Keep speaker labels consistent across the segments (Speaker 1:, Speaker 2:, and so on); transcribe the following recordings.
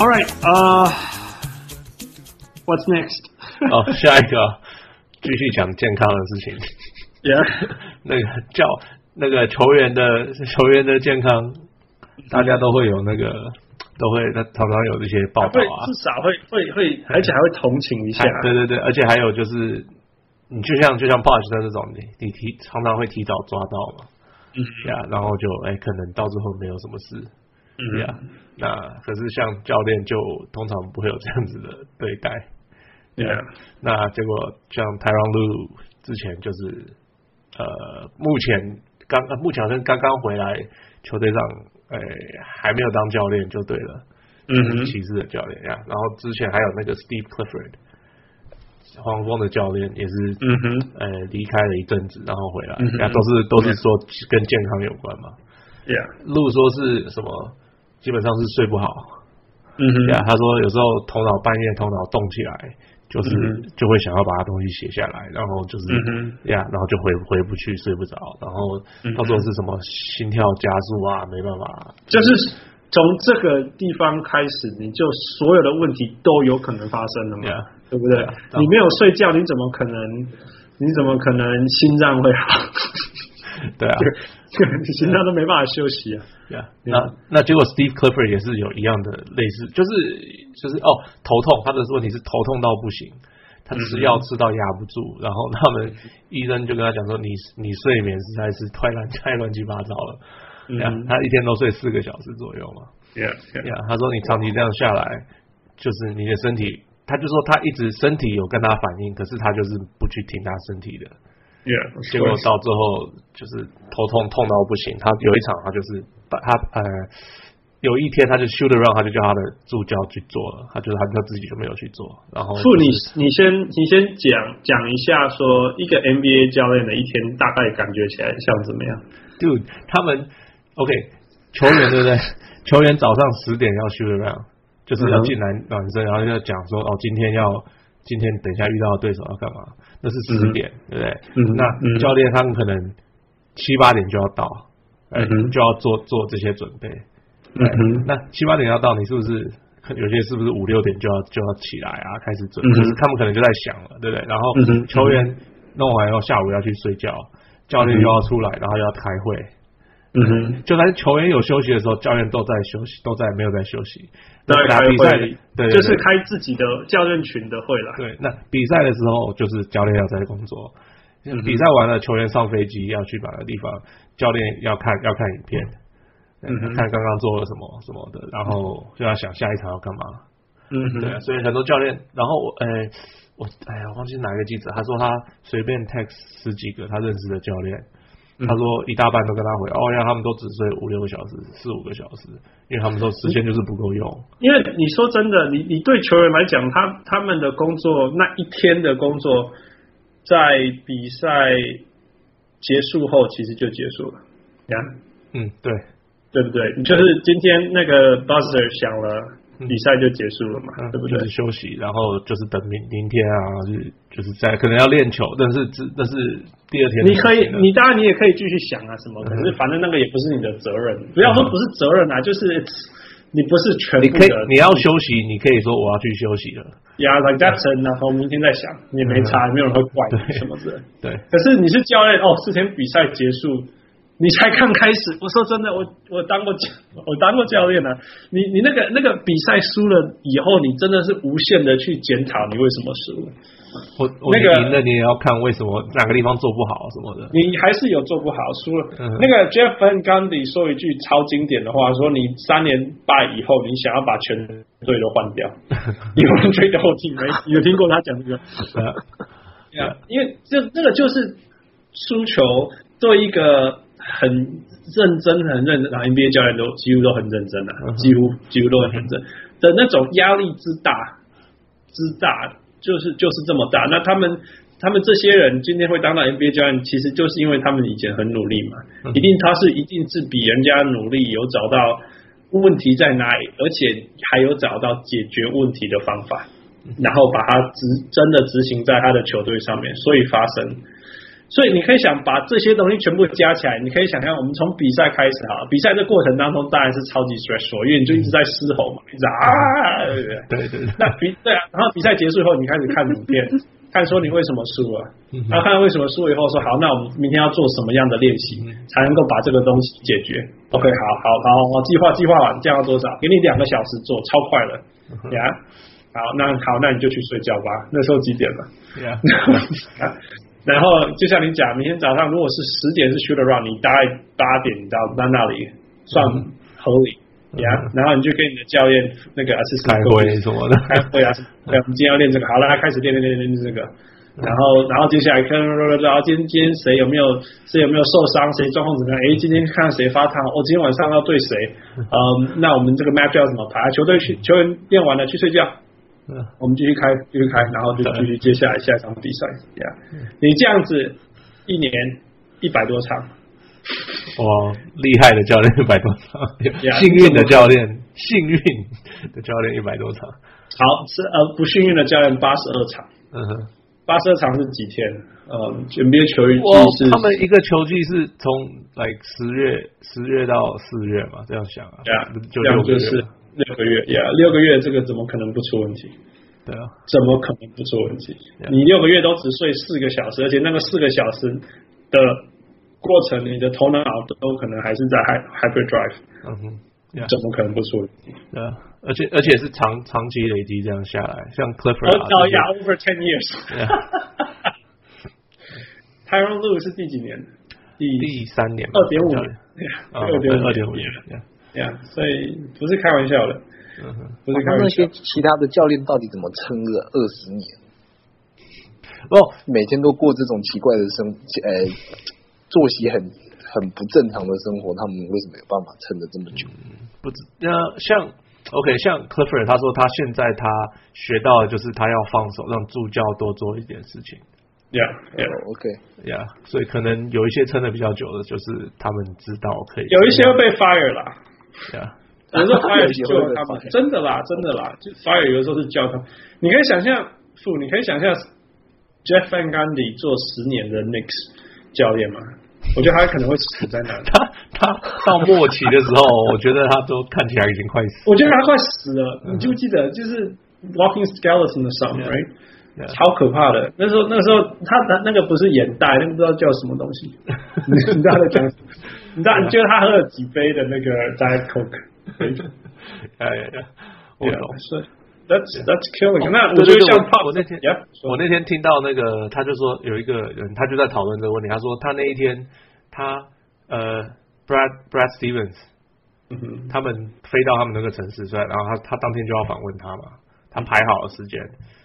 Speaker 1: All right. Uh, what's next?
Speaker 2: 哦，下一个继续讲健康的事情。
Speaker 1: Yeah.
Speaker 2: 那个教那个球员的球员的健康，大家都会有那个都会他常常有这些报
Speaker 1: 会
Speaker 2: 道啊，
Speaker 1: 至少会会会，而且还会同情一下。
Speaker 2: 还对对对，而且还有就是，你就像就像 Posh 的这种，你你提常常会提早抓到嘛，
Speaker 1: 嗯
Speaker 2: 对啊，然后就哎、可能到最后没有什么事，对啊，那可是像教练就通常不会有这样子的对待，
Speaker 1: 嗯，Yeah，
Speaker 2: 那结果像 Tyron Lu 之前就是呃，目前刚呃目前好像刚刚回来球队上，呃，还没有当教练就对了，
Speaker 1: 嗯哼
Speaker 2: 骑士的教练呀。然后之前还有那个 Steve Clifford，黄蜂的教练也是，
Speaker 1: 嗯哼
Speaker 2: 呃，离开了一阵子，然后回来，
Speaker 1: 嗯哼
Speaker 2: 那、都是都是说跟健康有关嘛。
Speaker 1: ，Yeah，
Speaker 2: 路说是什么，基本上是睡不好，
Speaker 1: 嗯哼
Speaker 2: 对啊，他说有时候头脑半夜头脑动起来，就是、
Speaker 1: 嗯
Speaker 2: 就会想要把他东西写下来，然后就是
Speaker 1: 嗯
Speaker 2: 呀然后就回回不去，睡不着，然后
Speaker 1: 嗯哼
Speaker 2: 到时候是什么心跳加速啊，没办法，
Speaker 1: 就是从这个地方开始，你就所有的问题都有可能发生了嘛
Speaker 2: Yeah
Speaker 1: 对不对
Speaker 2: Yeah，
Speaker 1: 你没有睡觉，你怎么可能？你怎么可能心脏会好？
Speaker 2: 对啊，
Speaker 1: 这个心脏都没办法休息啊！
Speaker 2: 呀、
Speaker 1: 对
Speaker 2: 那那结果 Steve Clifford 也是有一样的类似，就是就是哦，头痛，他的问题是头痛到不行，他吃药吃到压不住，
Speaker 1: 嗯
Speaker 2: 然后他们医生就跟他讲说，你你睡眠实在是太乱太乱七八糟了，
Speaker 1: 嗯
Speaker 2: 对啊，他一天都睡四个小时左右嘛，呀他说你长期这样下来，就是你的身体，他就说他一直身体有跟他反应，可是他就是不去听他身体的，
Speaker 1: ，Yeah，Yeah，
Speaker 2: 结果到最后就是头痛痛到不行。他有一场他就是把他呃有一天他就 shoot around，他就叫他的助教去做了，他就是他他自己就没有去做，然后
Speaker 1: 傅，你你先你先讲讲一下，说一个 NBA 教练的一天大概感觉起来像怎么样？
Speaker 2: 就他们 OK 球员 对不对？球员早上十点要 shoot around，就是要进来暖身，然后要讲
Speaker 1: 嗯
Speaker 2: 说哦今天要。今天等一下遇到的对手要干嘛？那是十点，对不对？
Speaker 1: 嗯
Speaker 2: 那
Speaker 1: 嗯
Speaker 2: 教练他们可能七八点就要到，哎、
Speaker 1: 嗯哼
Speaker 2: 就要做做这些准备。哎
Speaker 1: 嗯哼，
Speaker 2: 那七八点要到，你是不是可有些是不是五六点就要就要起来啊？开始准，
Speaker 1: 嗯哼
Speaker 2: 就是他们可能就在想了，对不对？然
Speaker 1: 嗯哼
Speaker 2: 后球员弄完以后，下午要去睡觉，教练又要出来，然后又要开会。
Speaker 1: 嗯哼，
Speaker 2: 就算球员有休息的时候，教练都在休息，都在没有在休息。
Speaker 1: 大
Speaker 2: 那
Speaker 1: 概
Speaker 2: 打
Speaker 1: 开
Speaker 2: 比赛的
Speaker 1: 会，
Speaker 2: 对对
Speaker 1: 就是
Speaker 2: 对
Speaker 1: 开自己的教练群的会啦。
Speaker 2: 对，那比赛的时候就是教练要在工作，
Speaker 1: 哼
Speaker 2: 比赛完了球员上飞机要去哪个地方，教练要看要看影片，
Speaker 1: 嗯哼
Speaker 2: 看刚刚做了什么什么的，然后就要想下一场要干嘛。
Speaker 1: 嗯哼，
Speaker 2: 对啊，所以很多教练，然后我，呃，我，哎呀，忘记哪个记者，他说他随便 text 十几个他认识的教练，
Speaker 1: 嗯
Speaker 2: 他说一大半都跟他回，哦呀，他们都只睡五六个小时，四五个小时，因为他们说时间就是不够用。
Speaker 1: 因为你说真的，你你对球员来讲，他他们的工作那一天的工作，在比赛结束后其实就结束了，呀，
Speaker 2: 嗯，对，
Speaker 1: 对不对？就是今天那个 buzzer 响了，比赛就结束了嘛，
Speaker 2: 嗯
Speaker 1: 对不对
Speaker 2: 就是？休息，然后就是等明明天啊，就是就是在可能要练球，但是只但是第二天
Speaker 1: 你可以
Speaker 2: 的事情，了嗯
Speaker 1: 你当然你也可以继续想啊什么，可是反正那个也不是你的责任，不要说不是责任啊，就是你不是全
Speaker 2: 你
Speaker 1: 部
Speaker 2: 可以
Speaker 1: 的。
Speaker 2: 你要休息，你可以说我要去休息了，
Speaker 1: 呀，人家成，然后明天再想，你也没差，没有人会怪你什么之类的。
Speaker 2: 嗯对。
Speaker 1: 可是你是教练哦，四天比赛结束，你才刚开始。我说真的，我我当过教，我当过教练啊。你你那个那个比赛输了以后，你真的是无限的去检讨你为什么输了，
Speaker 2: 我我
Speaker 1: 那个
Speaker 2: 赢了，你也要看为什么哪个地方做不好什么的。
Speaker 1: 你还是有做不好，输了。
Speaker 2: 嗯
Speaker 1: 那个 Jeff Van Gundy 说一句超经典的话，说你三年半以后，你想要把全队都换掉， 你们队的后劲没？你有听过他讲这个？
Speaker 2: 呃
Speaker 1: 对啊，因为这这个就是输球对一个很认真、很认真，然后 NBA 教练都几乎都很认真
Speaker 2: 嗯
Speaker 1: 啊，
Speaker 2: 哼嗯
Speaker 1: 几乎几乎都很认真的那种压力之大之大，就是就是这么大。那他们他们这些人今天会当到 NBA 教练，其实就是因为他们以前很努力嘛，
Speaker 2: 嗯哼
Speaker 1: 一定他是一定是比人家努力，有找到问题在哪里，而且还有找到解决问题的方法。然后把它执真的执行在他的球队上面，所以发生。所以你可以想把这些东西全部加起来，你可以想象我们从比赛开始哈，比赛这过程当中当然是超级 stressful，因为你就一直在嘶吼嘛，一直啊，对不对？
Speaker 2: 对对对，
Speaker 1: 那比对啊，然后比赛结束以后，你开始看影片，看说你为什么输了，
Speaker 2: 嗯哼
Speaker 1: 然后看为什么输了以后说好，那我们明天要做什么样的练习
Speaker 2: 嗯
Speaker 1: 才能够把这个东西解决？OK，好好好，我计划计划完，这样要多少？给你两个小时做，超快了
Speaker 2: 嗯哼
Speaker 1: 呀。好，那好，那你就去睡觉吧。那时候几 点了？啊然后就像你讲，明天早上如果是十点是 shoot around，你大概八点到到那里算
Speaker 2: 嗯
Speaker 1: 合理呀。然后你就跟你的教练那个 assistant
Speaker 2: 开
Speaker 1: coach
Speaker 2: 会什么 的，
Speaker 1: 开会啊，对，我们今天要练这个，好了，开始练练练练这个，然后然后接下来看，然后今天今天谁有没有谁有没有受伤，谁状况怎么样？诶，今天看谁发烫，哦，今天晚上要对谁？ 嗯，那我们这个 match 要怎么排？球队去球员练完了去睡觉，
Speaker 2: 嗯
Speaker 1: 我们继续开继续开，然后就
Speaker 2: 对嗯
Speaker 1: 继续接下来下一场比赛，Yeah，你这样子一年一百多场，
Speaker 2: 哇，厉害的教练一百多场
Speaker 1: Yeah，
Speaker 2: 幸运的教练，幸运的教练一百多场，
Speaker 1: 好是呃不幸运的教练八十二场，
Speaker 2: 嗯哼，
Speaker 1: 八十二场是几天？嗯，NBA 球员
Speaker 2: 哇
Speaker 1: 季是，
Speaker 2: 他们一个球季是从 like 十月十月到四月嘛，这样想啊
Speaker 1: 对啊，
Speaker 2: 就
Speaker 1: 这样
Speaker 2: 六
Speaker 1: 就
Speaker 2: 个月
Speaker 1: 是
Speaker 2: 嘛，
Speaker 1: 六个月呀，yeah, 六个月这个怎么可能不出问题？
Speaker 2: 对啊，
Speaker 1: 怎么可能不出问题
Speaker 2: Yeah.？
Speaker 1: 你六个月都只睡四个小时，而且那个四个小时的过程，你的头脑都可能还是在 hy- hyper drive，
Speaker 2: 嗯哼，yeah。
Speaker 1: 怎么可能不出问题？
Speaker 2: 对啊，而且而且是长长期累积这样下来，像 Clifford
Speaker 1: 我
Speaker 2: 啊
Speaker 1: 找
Speaker 2: 这些
Speaker 1: 呀，over ten years。Tyron Lue 是第几年？第
Speaker 2: 第三年吧
Speaker 1: 二点五
Speaker 2: 教
Speaker 1: 年
Speaker 2: 练，啊，
Speaker 1: 二点
Speaker 2: 二点五
Speaker 1: 年
Speaker 2: 年，
Speaker 1: 呀，所以不是开玩笑的，
Speaker 2: 嗯哼
Speaker 1: 不是开
Speaker 3: 哦
Speaker 1: 玩
Speaker 3: 那那
Speaker 1: 笑
Speaker 3: 些。其他的教练到底怎么撑个二十年？
Speaker 2: 哦，
Speaker 3: 每天都过这种奇怪的生，呃，作息很很不正常的生活，他们为什么有办法撑得这么久？
Speaker 2: 不止，那像 OK，像 Clifford 他说他现在他学到的就是他要放手，让助教多做一点事情。
Speaker 3: 哦
Speaker 1: Yeah，Yeah。
Speaker 3: OK，
Speaker 2: 呀、yeah,，所以可能有一些撑的比较久的，就是他们知道可以
Speaker 1: 有一些会被 fire 啦，
Speaker 2: 呀。
Speaker 1: 有时候 fire
Speaker 3: 有
Speaker 1: 是
Speaker 3: 机
Speaker 1: 救
Speaker 3: 会会
Speaker 1: 他们，
Speaker 3: fire
Speaker 1: 真的啦，真的啦，就 fire 有的时候是教他们。你可以想象，傅，你可以想象 Jeff Van Gundy 做十年的 Knicks 教练吗？我觉得他可能会死在那里
Speaker 2: 他他到末期的时候，我觉得他都看起来已经快死
Speaker 1: 我觉得他快死了，你记不记得？就是 Walking Skeleton 的 song
Speaker 2: Yeah.
Speaker 1: right？
Speaker 2: 了。
Speaker 1: 超可怕的。那时候，那时候他的那个不是眼袋，那个不知道叫什么东西。 你知道他在讲什么？你知道？你觉得他喝了几杯的那个 Diet Coke？
Speaker 2: 哎呀呀，我懂。
Speaker 1: 是 That's that's killing.
Speaker 2: 哦
Speaker 1: 那我觉
Speaker 2: 对对
Speaker 1: 得
Speaker 2: 对
Speaker 1: 像
Speaker 2: 我
Speaker 1: Pop，
Speaker 2: 我那天
Speaker 1: Yeah，
Speaker 2: 我那天听到那个，他就说有一个人，他就在讨论这个问题。他说他那一天，他呃，Brad Brad Stevens
Speaker 1: 嗯哼
Speaker 2: 他们飞到他们那个城市出来，然后他他当天就要访问他嘛，他排好了时间，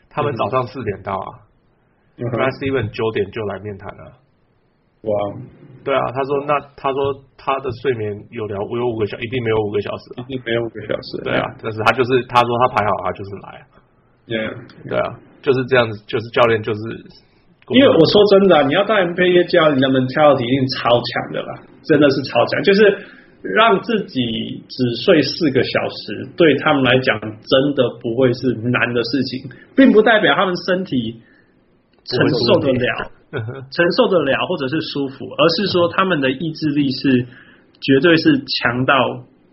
Speaker 2: 他们早上四点到啊、
Speaker 1: 嗯
Speaker 2: b r
Speaker 1: 哼
Speaker 2: a d Stevens 九点就来面谈了。
Speaker 1: 哇，
Speaker 2: 对啊，他说那他说他的睡眠有聊，我有五个小，一定没有五个小时
Speaker 1: 一
Speaker 2: 啊。
Speaker 1: 定没有五个小时。
Speaker 2: 对啊，但是他就是他说他排好，他就是来啊。
Speaker 1: Yeah，
Speaker 2: 对啊，就是这样子，就是教练就是，
Speaker 1: 因 为我说真的啊、你要到 NBA 教，你的 mentality 一定超强的啦，真的是超强，就是让自己只睡四个小时，对他们来讲真的不会是难的事情，并不代表他们身体承受得了。
Speaker 2: 嗯
Speaker 1: 承受得了或者是舒服，而是说他们的意志力是绝对是强到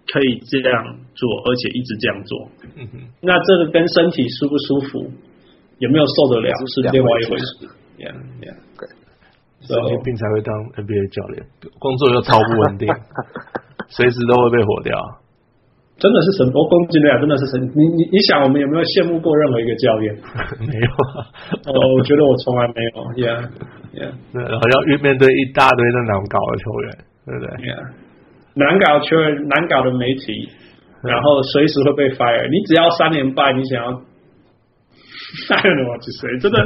Speaker 1: 可以这样做，而且一直这样做。
Speaker 2: 嗯哼
Speaker 1: 那这个跟身体舒不舒服，有没有受得了，是
Speaker 3: 是
Speaker 1: 另
Speaker 3: 两
Speaker 1: 外
Speaker 3: 回
Speaker 1: 一
Speaker 3: 事
Speaker 1: 回事。Yeah, yeah.
Speaker 3: 对
Speaker 1: So,
Speaker 2: 神经病才会当 NBA 教练，工作又超不 稳定，随时都会被火掉。
Speaker 1: 真的是神，我攻击力啊，真的是神。你你你想，我们有没有羡慕过任何一个教练？
Speaker 2: 没有啊，
Speaker 1: 哦，我觉得我从来没有。Yeah, yeah,
Speaker 2: 对，然后要遇面对一大堆那难搞的球员，对不对？
Speaker 1: yeah. 难搞球员，难搞的媒体，然后随时会被 fire。你只要三连败，你想要 I don't know what to say，真的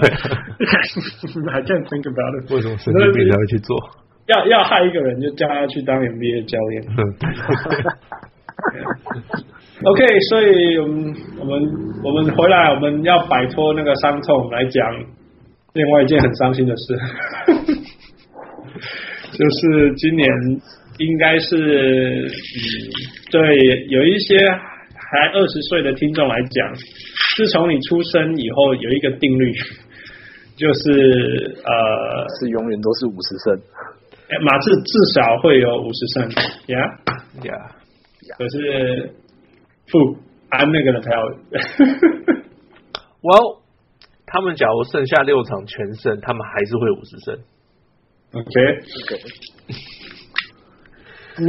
Speaker 1: I can't think about it。
Speaker 2: 为什么神经病才会去做？
Speaker 1: 要要害一个人，就叫他去当 NBA 教练。
Speaker 2: 嗯对对对
Speaker 1: OK，所以我们我们我们回来，我们要摆脱那个伤痛，来讲另外一件很伤心的事， 就是今年应该是嗯，对有一些还二十岁的听众来讲，自从你出生以后，有一个定律，就是呃，
Speaker 3: 是永远都是五十胜。
Speaker 1: 哎马刺至少会有五十胜，Yeah。
Speaker 2: Yeah，
Speaker 1: 可是不，安那个人才要
Speaker 2: well，他们假如剩下六场全胜，他们还是会五十胜。
Speaker 1: OK。
Speaker 3: OK，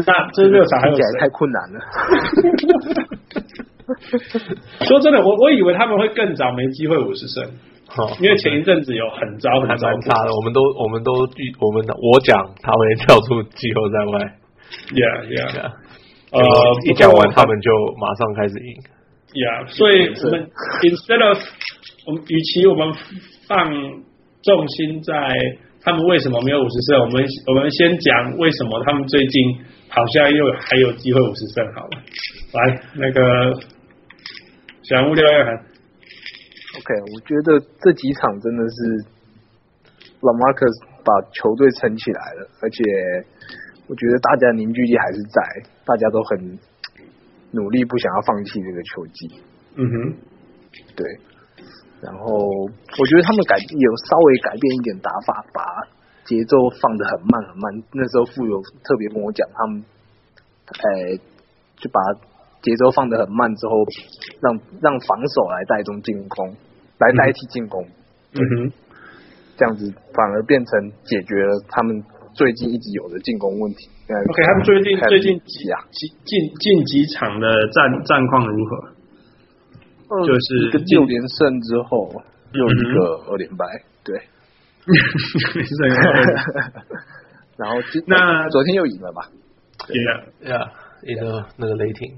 Speaker 1: 那这热场还
Speaker 3: 听
Speaker 1: 有
Speaker 3: 起来
Speaker 1: 谁
Speaker 3: 太？困难了。
Speaker 1: 说真的，我我以为他们会更早没机会五十胜，
Speaker 2: 好，
Speaker 1: 因为前一阵子有很糟很
Speaker 2: 还
Speaker 1: 糟
Speaker 2: 蛮差的，我们都我们都预我们我讲他会跳出季后赛 外，
Speaker 1: ，Yeah Yeah，
Speaker 2: Yeah
Speaker 1: 呃
Speaker 2: 结果，一讲完他们就马上开始赢。
Speaker 1: Yeah，所以我们 instead of 我们与其我们放重心在他们为什么没有五十胜，我们我们先讲为什么他们最近好像又还有机会五十胜好了。来，那个小人物六月涵，
Speaker 3: OK，我觉得这几场真的是 Lamarcus 把球队撑起来了，而且我觉得大家凝聚力还是在，大家都很努力，不想要放弃这个球技。
Speaker 1: 嗯哼，
Speaker 3: 对，然后我觉得他们改有稍微改变一点打法，把节奏放得很慢很慢。那时候富有特别跟我讲，他们，呃，就把节奏放得很慢之后，让让防守来带动进攻，来代替进攻，
Speaker 1: 嗯哼，
Speaker 3: 这样子反而变成解决了他们最近一直有的进攻问题。呃
Speaker 1: OK，他们最近
Speaker 3: 看
Speaker 1: 最近
Speaker 3: 几啊，
Speaker 1: 近近近几场的战战况如何？就是嗯
Speaker 3: 一个六连胜之后，又一个二连败，对。
Speaker 1: 这个
Speaker 3: 然后今
Speaker 1: 那
Speaker 3: 昨天又赢了吧？
Speaker 1: Yeah
Speaker 2: 呀，一个那个雷霆，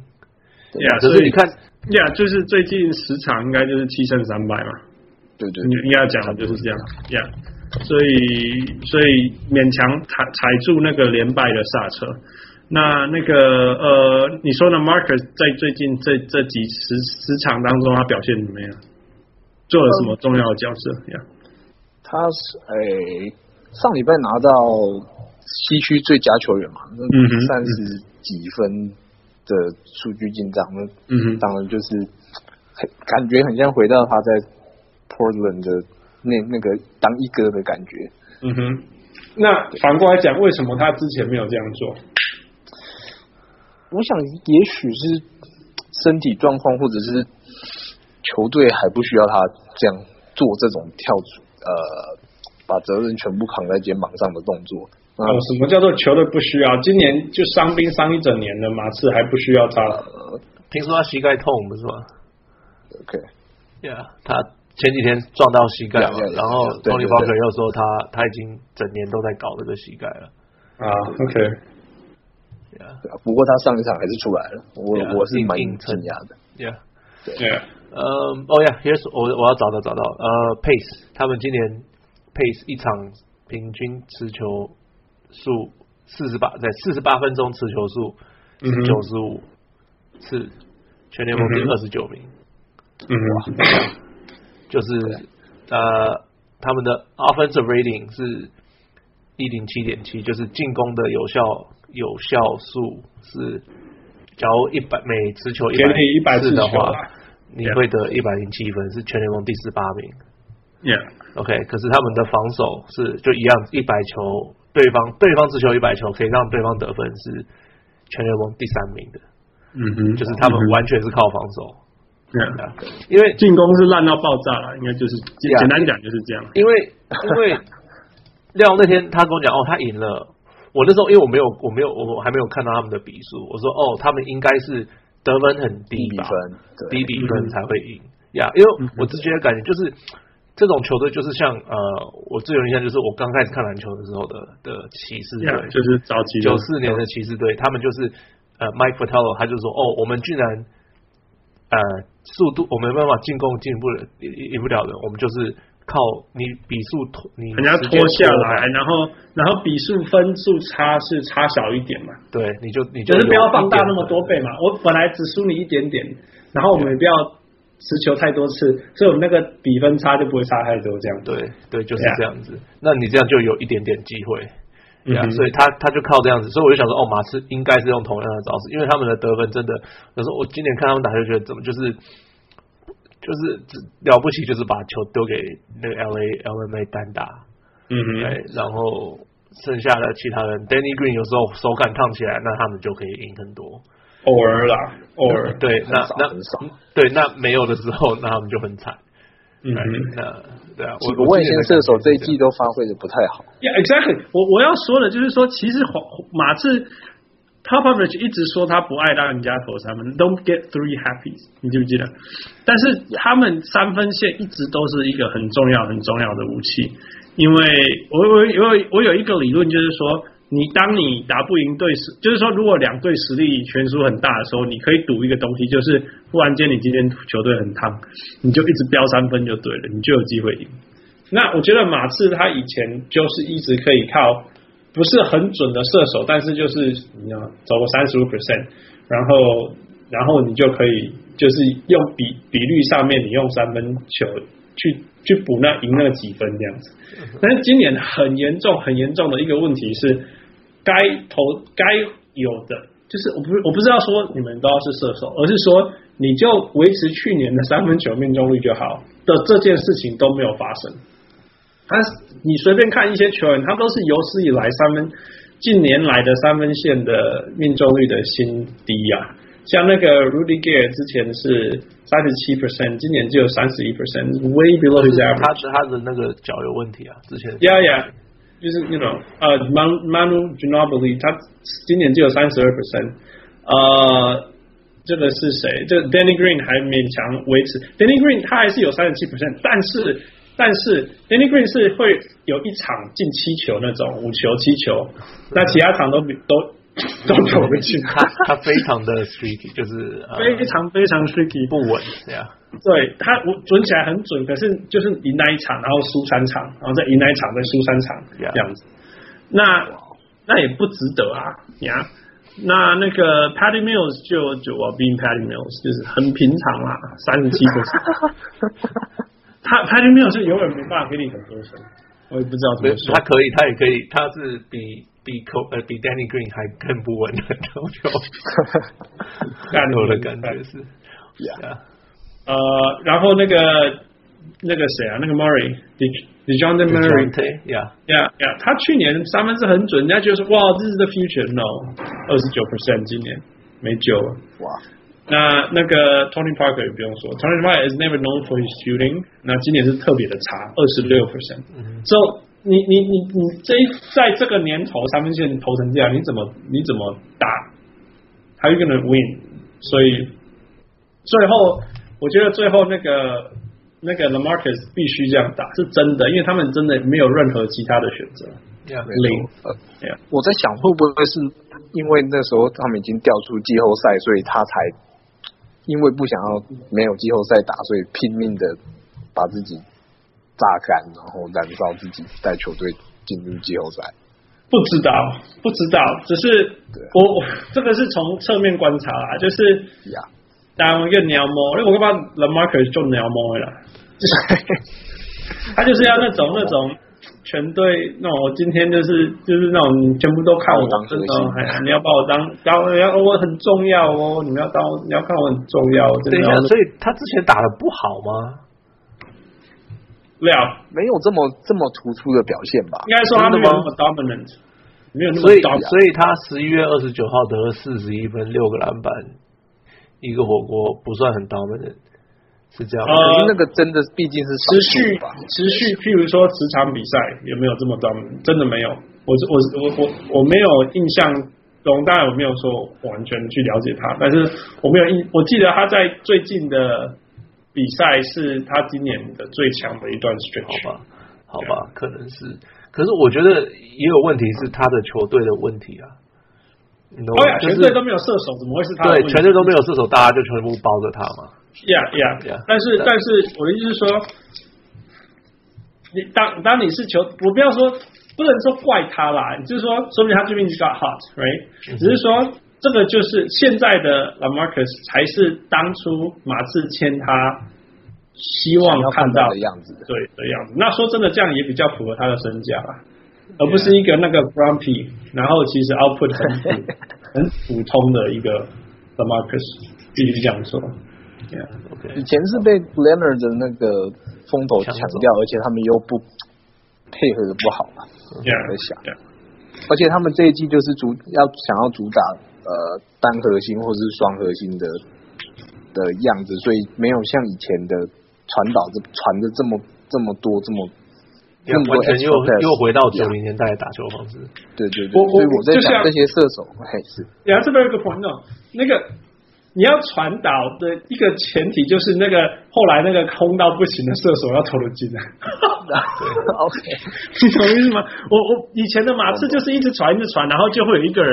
Speaker 1: Yeah，
Speaker 2: 可
Speaker 1: 所
Speaker 2: 是
Speaker 1: 以
Speaker 2: 你看，
Speaker 1: Yeah 就是最近十场应该就是七胜三败嘛。
Speaker 3: 对对
Speaker 1: 你
Speaker 3: 对，
Speaker 1: 应该要讲的就是这样，Yeah。所以所以勉强踩踩住那个连败的刹车。那那个呃，你说呢？Marcus 在最近这这几十十场当中，他表现怎么样？做了什么重要的角色呀？
Speaker 3: 他是诶、上礼拜拿到西区最佳球员嘛，
Speaker 1: 嗯哼
Speaker 3: 三十几分的数据进账，那
Speaker 1: 嗯哼，
Speaker 3: 当然就是很感觉很像回到他在 Portland 的那那个当一哥的感觉。
Speaker 1: 嗯哼。那反过来讲，为什么他之前没有这样做？
Speaker 2: 啊
Speaker 3: 我想，也许是身体状况，或者是球队还不需要他这样做这种跳出呃，把责任全部扛在肩膀上的动作。那
Speaker 2: 嗯
Speaker 1: 哦，什么叫做球队不需要？今年就伤兵伤一整年了，马刺还不需要他。
Speaker 2: 听说他膝盖痛不是吗
Speaker 3: OK，
Speaker 2: ？Yeah，他前几天撞到膝盖嘛
Speaker 3: Yeah, yeah, yeah，
Speaker 2: 然后
Speaker 3: yeah，对
Speaker 2: Tony
Speaker 3: 对
Speaker 2: Parker
Speaker 3: 对
Speaker 2: 又说他他已经整年都在搞这个膝盖了。
Speaker 1: 啊，OK，
Speaker 2: Yeah，Yeah，
Speaker 3: 不过他上一场还是出来了，我
Speaker 2: Yeah，
Speaker 3: 我是
Speaker 2: 啊
Speaker 3: 蛮
Speaker 2: 硬硬
Speaker 3: 惊
Speaker 2: 撑
Speaker 3: 讶的。
Speaker 1: yeah.
Speaker 2: 呃，哦呀，Here's 我我要找到找到呃，Pace 他们今年 Pace 一场平均持球数四十八，在四十八分钟持球数
Speaker 1: 嗯哼
Speaker 2: 九十五次，全联盟第
Speaker 1: 嗯哼
Speaker 2: 二十九名，
Speaker 1: 嗯哼，
Speaker 2: 就是呃他们的 offensive rating 是一零七点七，就是进攻的有效有效数是，假如一百每持球一
Speaker 1: 给
Speaker 2: 百
Speaker 1: 你一百次
Speaker 2: 次的
Speaker 1: 球
Speaker 2: 话
Speaker 1: 啊，
Speaker 2: 你会得一百零七分，是全联盟第十八名。
Speaker 1: Yeah，
Speaker 2: OK，可是他们的防守是就一样，一百球对方对方持球一百球可以让对方得分是全联盟第三名的，
Speaker 1: 嗯哼，
Speaker 2: 就是他们
Speaker 1: 嗯哼
Speaker 2: 完全是靠防守。
Speaker 1: Yeah
Speaker 2: 啊因为
Speaker 1: 进攻是烂到爆炸了，应该就是简
Speaker 2: Yeah
Speaker 1: 简单讲就是这样。
Speaker 2: 因为因 为廖那天他跟我讲哦，他赢了。我那时候因为我没有我没有我还没有看到他们的比数，我说哦，他们应该是得分很低
Speaker 3: 低比
Speaker 2: 吧，
Speaker 3: 分，对，嗯
Speaker 2: 低比
Speaker 1: 嗯
Speaker 2: 分才会赢呀。因为我直觉的感觉就是，这种球队就是像呃，我最有印象就是我刚开始看篮球的时候的的骑士队
Speaker 1: Yeah，，就是早期的
Speaker 2: 九四年的骑士队，他们就是呃，Mike f o r t e l l o 他就说哦，我们居然呃速度我们没办法进攻进步了，赢不了的，我们就是靠你比数拖你
Speaker 1: 人家
Speaker 2: 时
Speaker 1: 拖
Speaker 2: 间
Speaker 1: 下
Speaker 2: 拖
Speaker 1: 来，然后然后比数分数差是差少一点嘛，
Speaker 2: 对，你就你就
Speaker 1: 就是不
Speaker 2: 有
Speaker 1: 要
Speaker 2: 一
Speaker 1: 放大
Speaker 2: 点
Speaker 1: 那么多倍嘛。我本来只输你一点点，然后我们也不要持球太多次，所以我们那个比分差就不会差太多，这样。
Speaker 2: 对对，就是
Speaker 1: Yeah
Speaker 2: 这样子。那你这样就有一点点机会，对
Speaker 1: 嗯
Speaker 2: 啊、
Speaker 1: 哼
Speaker 2: 所以他他就靠这样子，所以我就想说，哦，马刺应该是用同样的招式，因为他们的得分真的，有时候我今年看他们打球，觉得怎么就是就是只了不起就是把球丢给那个 L A L M A 单打，
Speaker 1: 嗯
Speaker 2: 对
Speaker 1: 哼，，
Speaker 2: 然后剩下的其他人，Danny Green 有时候手感烫起来，那他们就可以赢很多。
Speaker 1: 偶尔啦，偶尔，
Speaker 2: 对，那
Speaker 3: 少
Speaker 2: 那
Speaker 3: 很少
Speaker 2: 对那没有的时候，那他们就很惨。
Speaker 1: 嗯
Speaker 2: 对
Speaker 1: 哼。
Speaker 2: 那对啊，
Speaker 3: 几
Speaker 2: 我
Speaker 3: 个
Speaker 2: 我
Speaker 3: 外
Speaker 2: 之前
Speaker 3: 线
Speaker 2: 的
Speaker 3: 射手
Speaker 2: 感觉
Speaker 3: 这一
Speaker 2: 是
Speaker 3: 季都发挥的不太好，
Speaker 1: Yeah, exactly 我。我要说的就是说，其实黄马刺 Popovich 一直说他不爱让人家投三分，Don't get three happy，你记不记得？但是他们三分线一直都是一个很重要、很重要的武器，因为我我我有我有一个理论就是说。你当你打不赢对手，就是说，如果两队实力悬殊很大的时候，你可以赌一个东西，就是忽然间你今天球队很烫，你就一直飙三分就对了，你就有机会赢。那我觉得马刺他以前就是一直可以靠不是很准的射手，但是就是你知道走过三十五 percent，然后然后你就可以就是用比比率上面你用三分球去去补那赢那几分这样子。 但是今年很严重很严重的一个问题是，该投该有的就是我不是我不知道说你们都要是射手，而是说你就维持去年的三分球命中率就好的这件事情都没有发生。他你随便看一些球员，他都是有史以来三分近年来的三分线的命中率的新低啊。像那个 Rudy Gay 之前是三十七 percent，今年只有三十一 percent，way below his
Speaker 2: 就是
Speaker 1: average。
Speaker 2: 他他的那个脚有问题啊，之前
Speaker 1: Yeah, yeah，就是 you know，呃、uh,，Manu Manu Ginobili 他今年只有三十二 percent，呃，这个是谁？这 Danny Green 还勉强维持，Danny Green 他还是有三十七 percent，但是但是 Danny Green 是会有一场进七球那种五球七球，那其他场都比都都投不进，
Speaker 2: 他他非常的 streaky，就是 呃
Speaker 1: 非常非常 tricky。
Speaker 2: 不稳，对啊，
Speaker 1: 对他，我准起来很准，可是就是赢那一场，然后输三场，然后再赢那一场，再输三场
Speaker 2: Yeah.
Speaker 1: 这样子。那那也不值得啊呀。那那个 Patty Mills 就就我 being Patty Mills 就是很平常啦，三十七分。 他 Patty Mills 就永远没办法给你很多分，我也不知道怎
Speaker 2: 没
Speaker 1: 么
Speaker 2: 有
Speaker 1: 说
Speaker 2: 他。可以，他也可以，他是比比 Co 呃比 Danny Green 还更不稳的 投球，
Speaker 1: 干
Speaker 2: 我的 感觉是
Speaker 3: Yeah
Speaker 2: 啊，
Speaker 1: 呃，然后那个那个谁啊，那个 Murray，d e j o h n t Murray，
Speaker 2: 对呀，
Speaker 1: Yeah, yeah，他去年三分是很准，人家觉得说哇，这是 the future。No，二十九 percent，今年没救了。
Speaker 3: 哇，
Speaker 1: 那那个 Tony Parker 也不用说，Tony Parker is never known for his shooting。那今年是特别的差，二十六 percent。
Speaker 2: 嗯
Speaker 1: So 你你你你这一在这个年头三分线投成这样，你怎么你怎么打？How you gonna win？所以最后我觉得最后那个那个 Lamarcus 必须这样打是真的，因为他们真的没有任何其他的选择。
Speaker 2: 呀，
Speaker 3: 没错
Speaker 1: 零
Speaker 3: 呃
Speaker 1: Yeah
Speaker 3: 我在想会不会是因为那时候他们已经调出季后赛，所以他才因为不想要没有季后赛打，所以拼命的把自己榨干，然后燃烧自己，带球队进入季后赛。
Speaker 1: 不知道，不知道，只是
Speaker 3: 对啊
Speaker 1: 我我这个是从侧面观察啦，就是
Speaker 3: 呀、
Speaker 1: 当一个鸟猫，因为我干嘛 l a m a r c u s 就鸟猫了啦，就是他就是要那种那种全队那种，我今天就是就是那种你全部都看我
Speaker 3: 把我当
Speaker 1: 真
Speaker 3: 核
Speaker 1: 的
Speaker 3: 心
Speaker 1: 哦，哎呀你要把我当，然后你要我很重要哦，你们要当我你要看我很重要，真
Speaker 2: 等一
Speaker 1: 的
Speaker 2: 下
Speaker 1: 要，
Speaker 2: 所以他之前打的不好吗？
Speaker 1: 料，
Speaker 3: 没有这么这么突出的表现吧？
Speaker 1: 应该说他没
Speaker 2: 真
Speaker 1: 有
Speaker 2: 的
Speaker 1: 那
Speaker 2: 吗
Speaker 1: 么 dominant，没有那么
Speaker 2: 所以
Speaker 1: dominant。
Speaker 2: 所以他十一月二十九号得了四十一分，六个篮板，一个火锅，不算很 dominant，是这样吗。
Speaker 1: 呃
Speaker 3: 可是那个真的毕竟是少
Speaker 1: 持
Speaker 3: 数
Speaker 1: 续
Speaker 3: 吧？
Speaker 1: 持续，譬如说十场比赛有没有这么 d o 真的没有，我我我我我没有印象中，当然我没有说完全去了解他，但是我没有印，我记得他在最近的比赛是他今年的最强的一段 stretch。
Speaker 2: 好吧，好吧，可能是。可是我觉得也有问题是他的球队的问题啊，你懂
Speaker 1: 哦
Speaker 2: 吗
Speaker 1: 呀，
Speaker 2: 就
Speaker 1: 全
Speaker 2: 是
Speaker 1: 队都没有射手，怎么会是他的问
Speaker 2: 对
Speaker 1: 题？
Speaker 2: 全队都没有射手，大家就全部包着他嘛。
Speaker 1: Yeah, yeah.
Speaker 2: Yeah.
Speaker 1: 但是
Speaker 2: 对
Speaker 1: 但是我的意思是说，你当当你是球，我不要说不能说怪他啦，就是说说明他最近 got hot，right？、只
Speaker 3: 嗯
Speaker 1: 是说这个就是现在的 Lamarcus 才是当初马刺签他希望
Speaker 3: 想要
Speaker 1: 看
Speaker 3: 到
Speaker 1: 到
Speaker 3: 的样子。
Speaker 1: 对的样子。那说真的，这样也比较符合他的身价 啦，而不是一个那个 grumpy，然后其实 output 很普很普通的一个 Lamarcus，必须这样说。 Yeah.
Speaker 2: OK，
Speaker 3: 以前是被 Leonard 的那个风头抢掉，而且他们又不配合的不好嘛。
Speaker 1: Yeah.
Speaker 3: 在想
Speaker 1: Yeah.
Speaker 3: 而且他们这一季就是主要想要主打呃单核心或是双核心的的样子，所以没有像以前的传导这传的这么这么多这么这么多
Speaker 2: 完全又
Speaker 3: extra pass
Speaker 2: 又回到九零年代的打球方式。
Speaker 3: 对对对，
Speaker 1: 我我
Speaker 3: 所以我在
Speaker 1: 就
Speaker 3: 想
Speaker 1: 像
Speaker 3: 这些射手嘿是
Speaker 1: Yeah, that's a very good point. No, 那个你要传导的一个前提就是那个后来那个空到不行的射手要投啊得进来，
Speaker 3: OK
Speaker 1: 你懂意思吗？我我以前的马刺就是一直传一直传，然后就会有一个人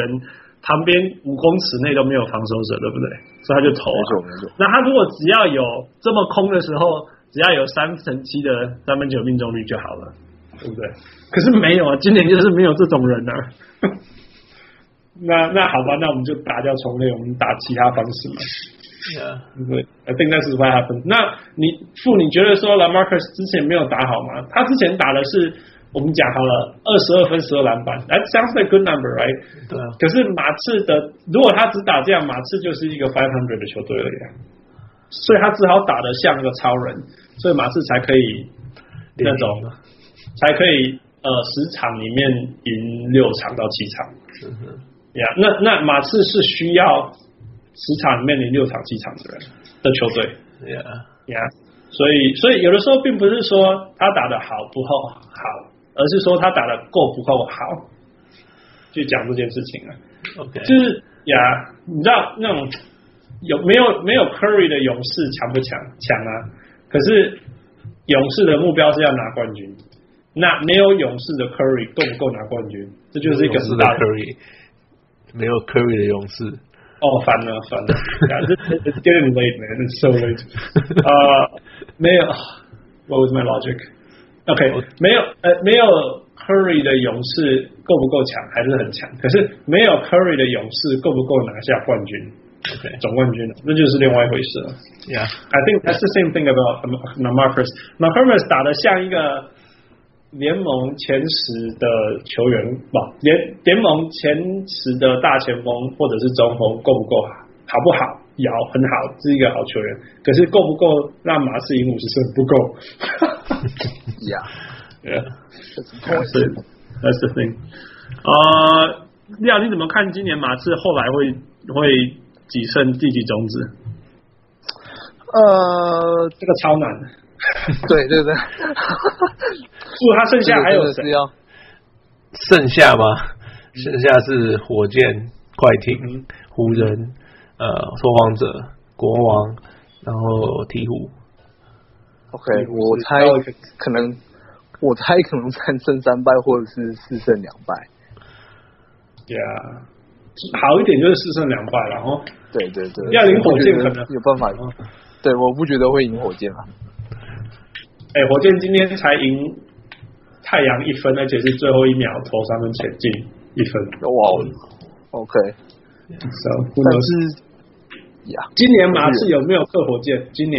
Speaker 1: 旁边五公尺内都没有防守者，对不对？所以他就投、啊。
Speaker 3: 没错没错。
Speaker 1: 那他如果只要有这么空的时候，只要有三成七的三分球命中率就好了，对不对？可是没有啊，今年就是没有这种人啊。 那那好吧，那我们就打掉重练，我们打其他方式嘛。
Speaker 2: Yeah.
Speaker 1: 对，I think that's what happened。那你傅，你觉得说 Lamarcus 之前没有打好吗？他之前打的是我们讲好了二十二分十二篮板，That sounds like a good number, right？
Speaker 2: 对啊，
Speaker 1: 可是马刺的，如果他只打这样，马刺就是一个 five hundred 的球队了呀，所以他只好打得像个超人，所以马刺才可以那种
Speaker 2: 联
Speaker 1: 才可以呃十场里面赢六场到七场
Speaker 2: 名的，嗯
Speaker 1: 呀。那那马刺是需要十场里面赢六场七场的人的球队
Speaker 2: 哼 Yeah.
Speaker 1: 呀，所以所以有的时候并不是说他打得好不够好，而是说他打得够不够好，去讲这件事情啊。
Speaker 2: OK，
Speaker 1: 就是呀，你知道那种有没有没有 Curry 的勇士强不强？强啊！可是勇士的目标是要拿冠军，那没有勇士的 Curry 够不够拿冠军？这就是一个
Speaker 2: 勇士
Speaker 1: 很
Speaker 2: 的
Speaker 1: 大的
Speaker 2: Curry，没有 Curry 的勇士。
Speaker 1: 哦，烦了烦了啊 Yeah, it's- it's getting late, man. It's so late. 呃，没有，What was my logic? OK，
Speaker 2: 我
Speaker 1: 没有呃没有 Curry 的勇士够不够强？还是很强。可是没有 Curry 的勇士够不够拿下冠军？总冠军了，那就是另外一回事了。
Speaker 2: OK，Yeah，
Speaker 1: I think that's the same thing about Marcus. Marcus 打的像一个联盟前十的球员，不联联盟前十的大前锋或者是中锋够不够好，好不好？有很好，是一个好球员。可是够不够让马刺赢五十胜？不够。
Speaker 3: 呀
Speaker 1: Yeah,
Speaker 3: ，That's
Speaker 1: that's that's the thing. 呃，廖，你怎么看今年马刺后来会会几胜第几种子？
Speaker 3: 呃
Speaker 1: 这个超难的。
Speaker 3: 对对对，
Speaker 1: 不，他剩下还有
Speaker 3: 这个
Speaker 1: 谁
Speaker 3: 真的是？要
Speaker 2: 剩下吗？剩下是火箭、快
Speaker 1: 嗯
Speaker 2: 艇、湖人、呃，拓荒者、国王，然后鹈鹕。
Speaker 3: OK，我猜可能我猜可能三胜三败或者是四胜两败，
Speaker 1: Yeah，好一点就是四胜两败了哦。
Speaker 3: 对对对，
Speaker 1: 要赢火箭
Speaker 3: 我不觉得
Speaker 1: 可能嗯
Speaker 3: 有办法，对，我不觉得会赢火箭啊，
Speaker 1: 哎，火箭今天才赢太阳一分，而且是最后一秒投三分前进一分。
Speaker 3: 哇，OK，
Speaker 1: 嗯 So who
Speaker 3: 但
Speaker 1: knows？
Speaker 3: 是呀，
Speaker 1: 今年马刺有没有克火箭？今年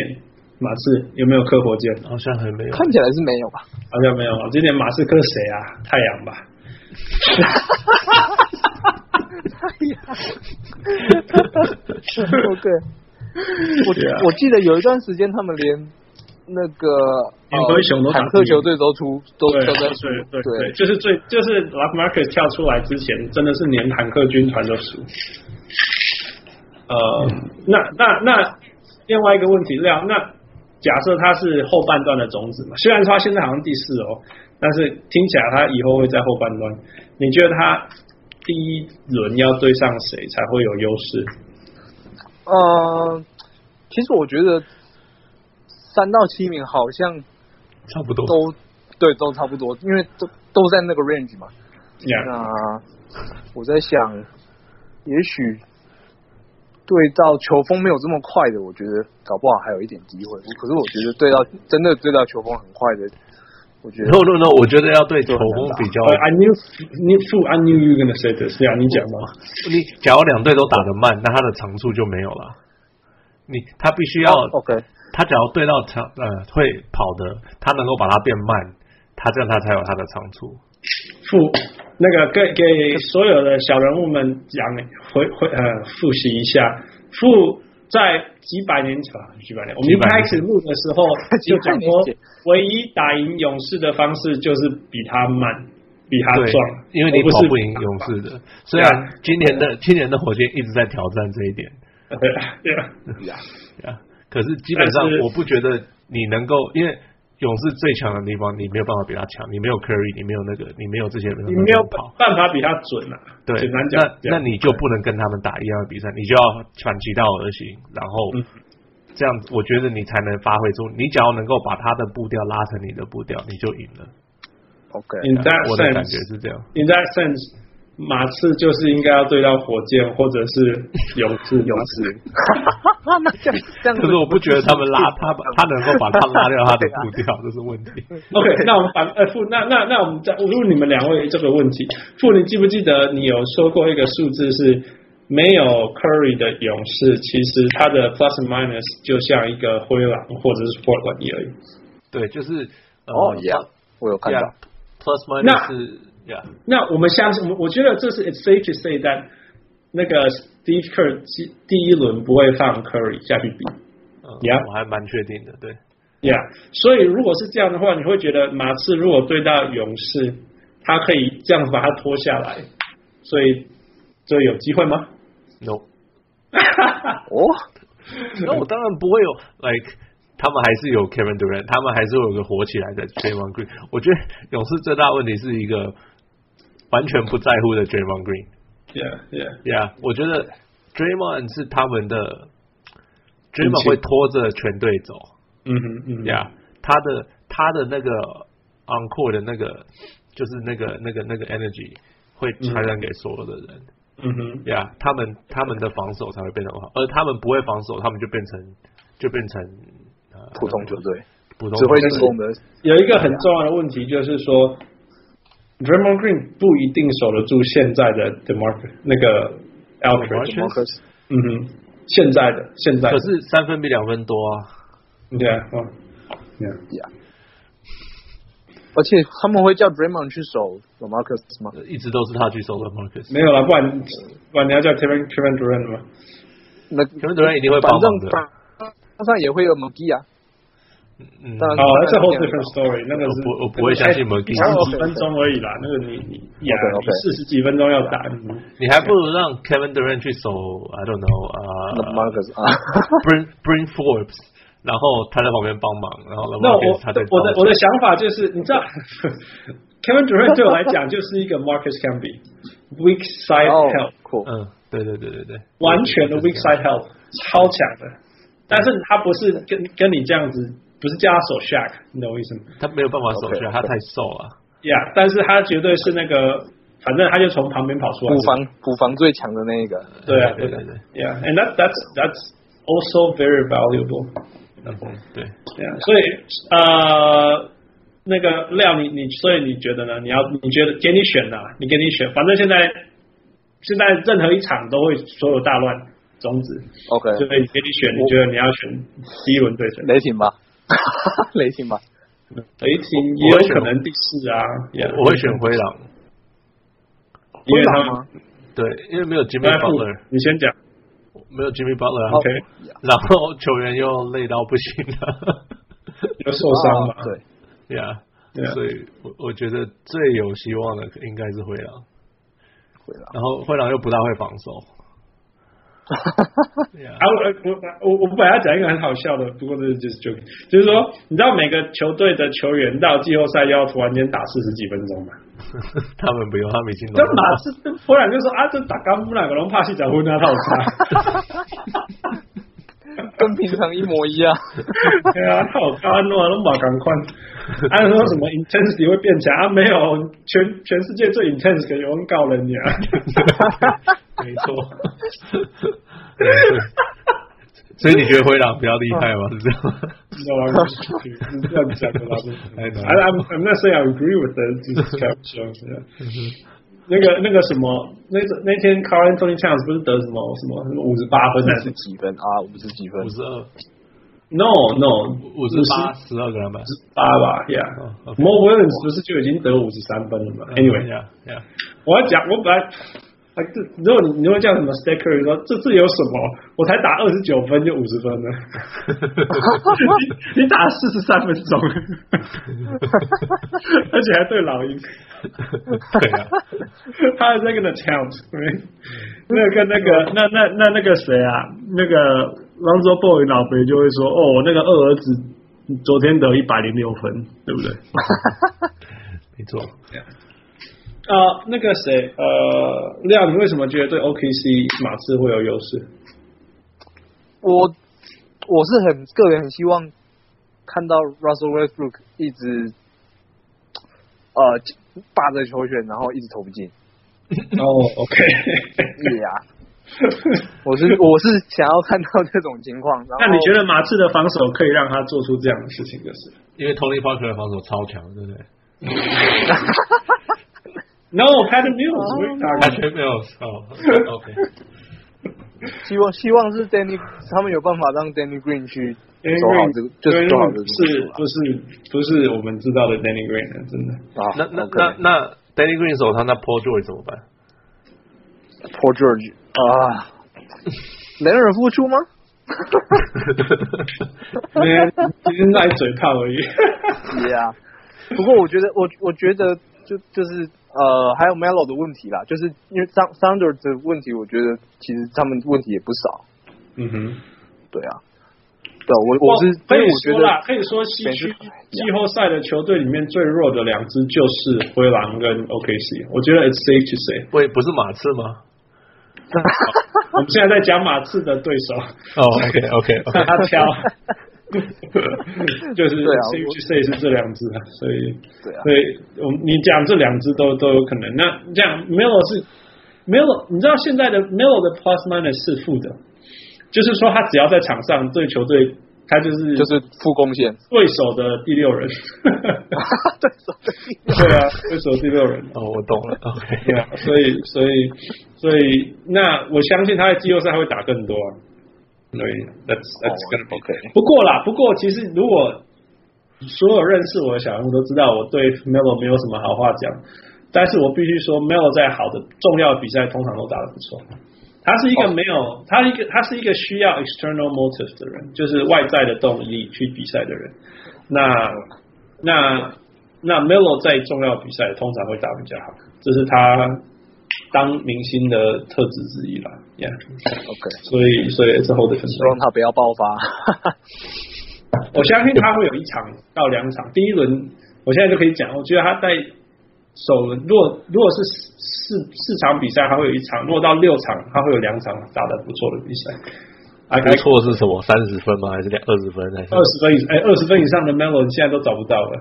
Speaker 1: 马刺有没有克火箭？
Speaker 2: 好像还没有。
Speaker 3: 看起来是没 有吧？
Speaker 1: 好像没有啊。今年马刺克谁啊？太阳吧。
Speaker 3: OK，我
Speaker 1: Yeah
Speaker 3: 我记得有一段时间他们连那个呃
Speaker 1: 连灰熊都打
Speaker 3: 坦
Speaker 1: 不赢
Speaker 3: 克球队都出都
Speaker 1: 对
Speaker 3: 都
Speaker 1: 对
Speaker 3: 在输，
Speaker 1: 对对，就是最就是 l a Marcus 跳出来之前，真的是连坦克军团都输。呃，
Speaker 3: 嗯
Speaker 1: 那那那另外一个问题，廖，那假设他是后半段的种子嘛，虽然说他现在好像第四哦，但是听起来他以后会在后半段，你觉得他第一轮要对上谁才会有优势？
Speaker 3: 呃，其实我觉得三到七名好像
Speaker 2: 差不多。
Speaker 3: 都对都差不多，因为都都在那个 range 嘛。
Speaker 1: 呀、
Speaker 3: 那我在想，也许对到球风没有这么快的，我觉得搞不好还有一点机会。可是我觉得对到真的对到球风很快的，我觉得
Speaker 2: No No No，我觉得要对球风比较
Speaker 1: i，I Oh, knew, knew, I knew you were gonna say this. 呀、yeah,，你讲吧。
Speaker 2: 你假如两队都打得慢，那他的长处就没有了。你他必须要
Speaker 3: 哦 OK
Speaker 2: 他只要对到长呃会跑的，他能够把它变慢，他这样他才有他的长处。
Speaker 1: 复那个给给所有的小人物们讲回回呃复习一下，复在几百年前，啊几百年，我们一开始录的时 候
Speaker 3: 几
Speaker 1: 就
Speaker 3: 百
Speaker 1: 讲
Speaker 3: 年前
Speaker 1: 说，唯一打赢勇士的方式就是比他慢，比他
Speaker 2: 对
Speaker 1: 壮，，
Speaker 2: 因为你
Speaker 1: 而不
Speaker 2: 跑
Speaker 1: 是
Speaker 2: 不
Speaker 1: 比
Speaker 2: 赢
Speaker 1: 他
Speaker 2: 勇
Speaker 1: 棒
Speaker 2: 士的。虽然今年的今年的火箭一直在挑战这一点，
Speaker 1: 对啊 对啊
Speaker 3: 呀，
Speaker 2: 啊，可是基本上
Speaker 1: 但是
Speaker 2: 我不觉得你能够，因为勇士最强的地方，你没有办法比他强，你没有 Curry，你没有那个，你没有这些人，
Speaker 1: 你没有
Speaker 2: 跑。
Speaker 1: 办法比他准啊。
Speaker 2: 对，
Speaker 1: 简单讲，对啊
Speaker 2: 那那你就不能跟他们打一样的比赛，你就要反其道而行，然后
Speaker 1: 嗯
Speaker 2: 这样子，我觉得你才能发挥出，你只要能够把他的步调拉成你的步调，你就赢了。
Speaker 3: ，OK，
Speaker 1: in that
Speaker 2: 我的感觉
Speaker 1: sense,
Speaker 2: 是这样。
Speaker 1: in that sense，马刺就是应该要对到火箭或者是勇 士，
Speaker 3: 勇士，那这样这样子，
Speaker 2: 可是我不觉得他们 拉他把，他能够把他拉掉他的步调，这是问题。
Speaker 1: OK，那我们反呃傅，那那那我们再我问你们两位这个问题，傅，你记不记得你有说过一个数字是没有 Curry 的勇士，其实他的 plus and minus 就像一个灰狼或者是 Portland 而已。
Speaker 2: 对，就是呃
Speaker 3: 哦呀，我有看到，
Speaker 2: ，plus
Speaker 1: 那
Speaker 2: minus 是 yeah，
Speaker 1: 那我们相信，我我觉得这是 it's safe to say that 那个 Steve Kerr 第第一轮不会放 Curry 下去比
Speaker 2: 嗯
Speaker 1: Yeah
Speaker 2: 我还蛮确定的，对。
Speaker 1: ，Yeah，所以如果是这样的话，你会觉得马刺如果对到勇士，他可以这样把他拖下来，所以这有机会吗？
Speaker 2: No，
Speaker 3: 哦，
Speaker 2: 那我当然不会有，like 他们还是有 Kevin Durant，他们还是有个火起来的 Draymond Green。我觉得勇士最大问题是一个完全不在乎的 Draymond Green。
Speaker 1: Yeah, yeah.
Speaker 2: Yeah，我觉得 Draymond 是他们的，Draymond 会拖着全队走。
Speaker 1: 嗯哼，嗯哼
Speaker 2: Yeah，他的他的那个 encore 的那个就是那个那个那个 energy 会传染给所有的人。
Speaker 1: 嗯哼，
Speaker 2: 呀、他们他们的防守才会变得好，而他们不会防守，他们就变成就变成、呃、
Speaker 3: 普通球队
Speaker 2: 普通
Speaker 3: 只会
Speaker 2: 球队
Speaker 3: 进攻的，
Speaker 1: 有一个很重要的问题就是说，Draymond Green 不一定守得住现在的 Demar 那个 a l b e r
Speaker 2: Demarcus
Speaker 1: t
Speaker 3: 怎么可是
Speaker 1: 嗯哼，现在的现在的
Speaker 2: 可是三分比两分多啊，
Speaker 1: 对啊，嗯对啊
Speaker 3: 呀？而且他们会叫 Draymond 去守 Lamarcus 吗？
Speaker 2: 一直都是他去守的 Marcus。
Speaker 1: 没有了，不然不然你要叫 Kevin Kevin Durant 吗？
Speaker 3: 那
Speaker 2: Kevin Durant 一定会帮
Speaker 3: 反
Speaker 2: 忙
Speaker 3: 正
Speaker 2: 的，
Speaker 3: 场上也会有 m a g i 啊，
Speaker 2: 嗯，
Speaker 3: 当然
Speaker 1: 哦，那是 whole
Speaker 3: 这样
Speaker 1: different story，那个是哎
Speaker 2: 我不我不会相信 Murphy
Speaker 1: 才几分钟而已啦，那个你你呀，
Speaker 3: OK，OK
Speaker 1: 你四十几分钟要打，你
Speaker 2: 你还不如让 Kevin Durant 去守，I don't know 啊、
Speaker 3: Lamarcus 啊，
Speaker 2: b r i n Bring Forbes，然后他在旁边帮忙，然后
Speaker 1: 那我
Speaker 2: Lamarcus 他在
Speaker 1: 我的我
Speaker 2: 的
Speaker 1: 的想法就是，你知道 ，Kevin Durant 对我来 讲就是一个 Marcus Camby weak side
Speaker 3: 哦
Speaker 1: help，、
Speaker 3: 酷，
Speaker 2: 嗯，对对对对对，
Speaker 1: 完全的 weak side help，超强的。但是他不是跟跟你这样子，不是叫他手 Shaq，你懂我意思吗
Speaker 2: 他没有办法守去，
Speaker 3: OK，OK
Speaker 2: 他太瘦了，
Speaker 1: ？Yeah，但是他绝对是那个，反正他就从旁边跑出来
Speaker 3: 补。防补防最强的那一个，
Speaker 1: 对啊，
Speaker 2: 对
Speaker 1: 对
Speaker 2: 对
Speaker 1: 啊
Speaker 2: 对
Speaker 1: ，Yeah，and that that's that's also very valuable。
Speaker 2: 嗯哼对。
Speaker 1: Yeah，所以呃，那个廖，你你所以你觉得呢？你要你觉得给你选呐、你给你选，反正现在现在任何一场都会所有大乱种子，
Speaker 3: OK，
Speaker 1: 所以给你选，你觉得你要选第一轮对手？
Speaker 3: 雷霆吧， 雷霆吧，
Speaker 1: 雷霆也有可能第四啊，yeah，
Speaker 2: 我会选灰狼，
Speaker 1: 因为他
Speaker 3: 灰狼
Speaker 1: 们
Speaker 3: 吗
Speaker 2: 对，因为没有 Jimmy
Speaker 1: 来付
Speaker 2: Butler，
Speaker 1: 你先讲
Speaker 2: 没有 Jimmy Butler，、啊
Speaker 3: 哦
Speaker 1: OK
Speaker 2: 然后球员又累到不行啊了
Speaker 1: 有受伤嘛
Speaker 2: 哦
Speaker 3: 啊？对，
Speaker 2: ，Yeah，,
Speaker 1: 对啊
Speaker 2: 所以我我觉得最有希望的应该是灰狼，
Speaker 3: 回来
Speaker 2: 然后灰狼又不大会防守，Yeah，
Speaker 1: 啊， 我我我我本来要讲一个很好笑的，不过这是就是 joking，就是说，你知道每个球队的球员到季后赛要突然间打四十几分钟吗？
Speaker 2: 他们不用，他们已 经
Speaker 1: 那马刺跟波兰就说啊，这打干木那个龙帕西找婚啊那套差，
Speaker 3: 跟平常一模一样，
Speaker 1: 对啊，他有高安诺龙马 赶快，他说啊什么 intensity 会变强啊？没有，全全世界最 intense 的有人告人你 啊，
Speaker 2: 没错， 对所以所以你觉得灰狼比较厉害吗？是这样吗？
Speaker 1: 你知道吗？是这样讲的啦。
Speaker 2: I
Speaker 1: 嗯
Speaker 2: know.
Speaker 1: I- I'm I'm not saying I agree with the this kind of shows. yeah.
Speaker 2: 嗯
Speaker 1: 那个那个什么，那个那天 Carl Anthony Towns 不是得什么什么什么五十八分还
Speaker 3: 五
Speaker 1: 是
Speaker 3: 十几分啊，五十几分
Speaker 2: 五，十二、
Speaker 1: No No
Speaker 2: 五十八、十二个篮板。
Speaker 1: 八吧
Speaker 2: 哦
Speaker 1: ，Yeah。
Speaker 2: ，OK 嗯
Speaker 1: Mo Williams 不是就已经得五十三分了吗？Anyway，
Speaker 2: yeah, yeah.
Speaker 1: 我要讲，我本来啊，这如果你你会叫什么 Stacker 说这次有什么？我才打二十九分就五十分 了，你你打了四十三分钟，而且还对老鹰，
Speaker 2: 对啊，
Speaker 1: 他的那个 account，那个那个那那那那个谁啊，那个 Lonzo Boy 老肥就会说哦，我那个二儿子昨天得一百零六分，对不对？
Speaker 2: 没错。
Speaker 1: 啊，那个谁，呃，亮，你为什么觉得对 OKC 马刺会有优势？
Speaker 3: 我我是很个人很希望看到 Russell Westbrook 一直呃霸着球权，然后一直投不 进。
Speaker 1: 哦，OK，
Speaker 3: 对呀、我是我是想要看到这种情况。然后
Speaker 1: 那你觉得马刺的防守可以让他做出这样的事情，就是
Speaker 2: 因为 Tony Parker 的防守超强，对不对？
Speaker 1: ？No, Pat m u l e
Speaker 2: 完全没有哦，OK，
Speaker 3: 希望希望是 Danny 他们有办法让 Danny Green 去走好这个，就
Speaker 1: Green
Speaker 3: 是走好这个
Speaker 1: 是不是不是我们知道的 Danny Green 啊真的
Speaker 3: 啊。
Speaker 2: 那那
Speaker 3: OK
Speaker 2: 那那 Danny Green 手上那 Paul George 怎么办？
Speaker 3: Paul George 啊，能人付出吗？
Speaker 1: 那只是赖嘴炮而已。
Speaker 3: 对呀、不过我觉得，我我觉得就就是呃，还有 Melo 的问题啦，就是因为 Sun- Thunder 的问题，我觉得其实他们问题也不少，
Speaker 1: 嗯哼。
Speaker 3: 对啊，对我我是，
Speaker 1: 哦可
Speaker 3: 因
Speaker 1: 以
Speaker 3: 为我觉
Speaker 1: 说
Speaker 3: 得
Speaker 1: 啦，可以说西区季后赛的球队里面最弱的两支就是灰狼跟 OKC。我觉得 it's safe to say，
Speaker 2: 喂，不是马刺吗？
Speaker 1: 我们现在在讲马刺的对手，
Speaker 2: 哦，OK，OK，OK，
Speaker 1: 他挑，就是
Speaker 3: 对啊
Speaker 1: safe to say 是这两支啊，所以
Speaker 3: 对啊
Speaker 1: 所以我们你讲这两支都都有可能。那这样 Melo 是 Melo，你知道现在的 Melo 的 plus minus 是负的，就是说他只要在场上对球队，他就是
Speaker 3: 就是负贡献，
Speaker 1: 对手的第六人。
Speaker 3: 对手的力量
Speaker 1: 对啊， 对手第六人。
Speaker 2: 哦，我懂了，OK，
Speaker 1: 对啊，所以所以所以，那我相信他在季后赛会打更多啊。对，that's that's gonna be。
Speaker 3: OK，
Speaker 1: 不过啦，不过其实如果所有认识我的小人物都知道，我对 Melo 没有什么好话讲。但是我必须说，Melo 在好的重要比赛通常都打得不错。他是一个没有，他一个他是一个需要 external motive 的人，就是外在的动力去比赛的人。那那那 Melo 在重要比赛通常会打比较好，这是他当明星的特质之一啦。Yeah，
Speaker 3: OK，
Speaker 1: 所以所以 it's a whole different thing。
Speaker 3: 让他不要爆发，
Speaker 1: 我相信他会有一场到两场。第一轮，我现在就可以讲，我觉得他在首轮，如果如果是四四四场比赛，他会有一场；如果到六场，他会有两场打得不错的比赛。还
Speaker 2: 不错是什么？三十分吗？还是两二十分？还是
Speaker 1: 二十分以哎，二十分以上的 Melo 你现在都找不到了。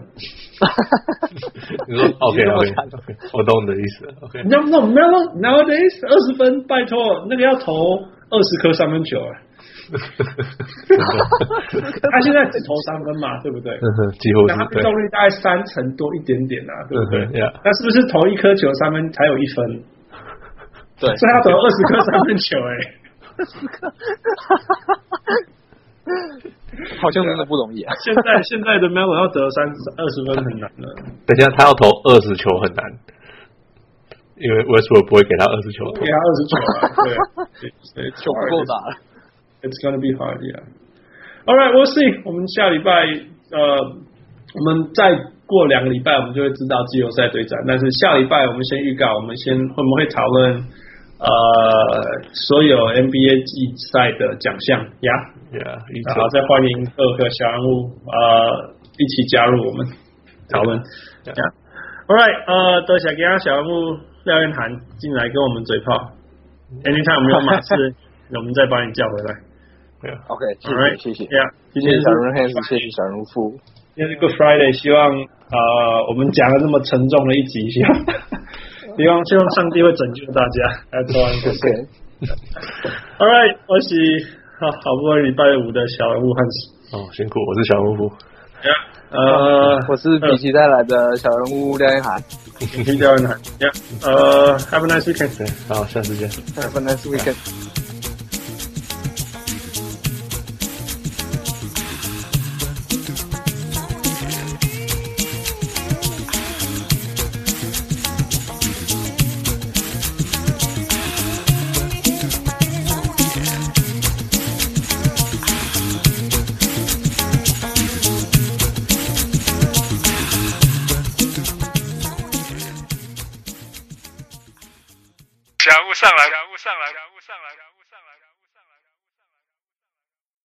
Speaker 2: 你说 OK
Speaker 3: 那么
Speaker 2: OK，
Speaker 3: 惨
Speaker 2: OK，我懂你的意思，OK，
Speaker 1: 那那 Melo nowadays 二十分，拜托那个要投二十颗三分球 哎、他现在只投三分嘛，对不对？
Speaker 2: 嗯哼几乎
Speaker 1: 那他
Speaker 2: 是
Speaker 1: 命
Speaker 2: 对，
Speaker 1: 中率大概三成多一点点啊，对不对
Speaker 2: 嗯哼，yeah？
Speaker 1: 那是不是投一颗球三分才有一分？
Speaker 3: 对
Speaker 1: 所以他投二十颗三分球、哎，
Speaker 3: 好像真的不容易啊。
Speaker 1: 现在现在的 Melo 要得三二十分啊很难了。
Speaker 2: 等一下他要投二十球很难，因为 Westbrook 不会给他二十球投
Speaker 1: 给。他二十九啊，对啊，对，
Speaker 3: 球不够打了，
Speaker 1: It's gonna be hard, yeah. All right, we'll see. 我们下礼拜呃，我们再过两个礼拜，我们就会知道季后赛对战。但是下礼拜我们先预告，我们先我们会讨论呃所有 NBA 季赛的奖项呀。Yeah?
Speaker 2: Yeah，预测
Speaker 1: 然后再欢迎各个小人物呃一起加入我们讨论。
Speaker 2: Yeah.
Speaker 1: Yeah. All right，呃，多谢刚刚小人物廖彦涵进来跟我们嘴炮。Anytime 我们有 马刺，我们再把你叫回来。
Speaker 2: Yeah
Speaker 3: OK，谢
Speaker 1: All right，
Speaker 3: 谢谢谢，
Speaker 1: Yeah，今
Speaker 3: 谢
Speaker 1: 天
Speaker 3: 谢
Speaker 1: 是
Speaker 3: 小人 hands，谢谢小人父，
Speaker 1: 今天是 Good Friday，希望呃我们讲了这么沉重的一集，希望 希望希望上帝会拯救大家。That's all I'm gonna say.
Speaker 3: OK，
Speaker 1: All right，我是好好不容易礼拜五的小人物汉斯。
Speaker 2: 哦，辛苦，我是小人物。
Speaker 1: Yeah，呃，
Speaker 3: 我是比奇带来的小人物廖一涵
Speaker 1: 你比较难。Yeah，呃，Have Uh, a nice weekend。
Speaker 2: 对，好，下次见。
Speaker 3: ，Have a nice weekend。
Speaker 4: Thank 上来，感悟上来，感悟上来，感悟上来，感悟上来。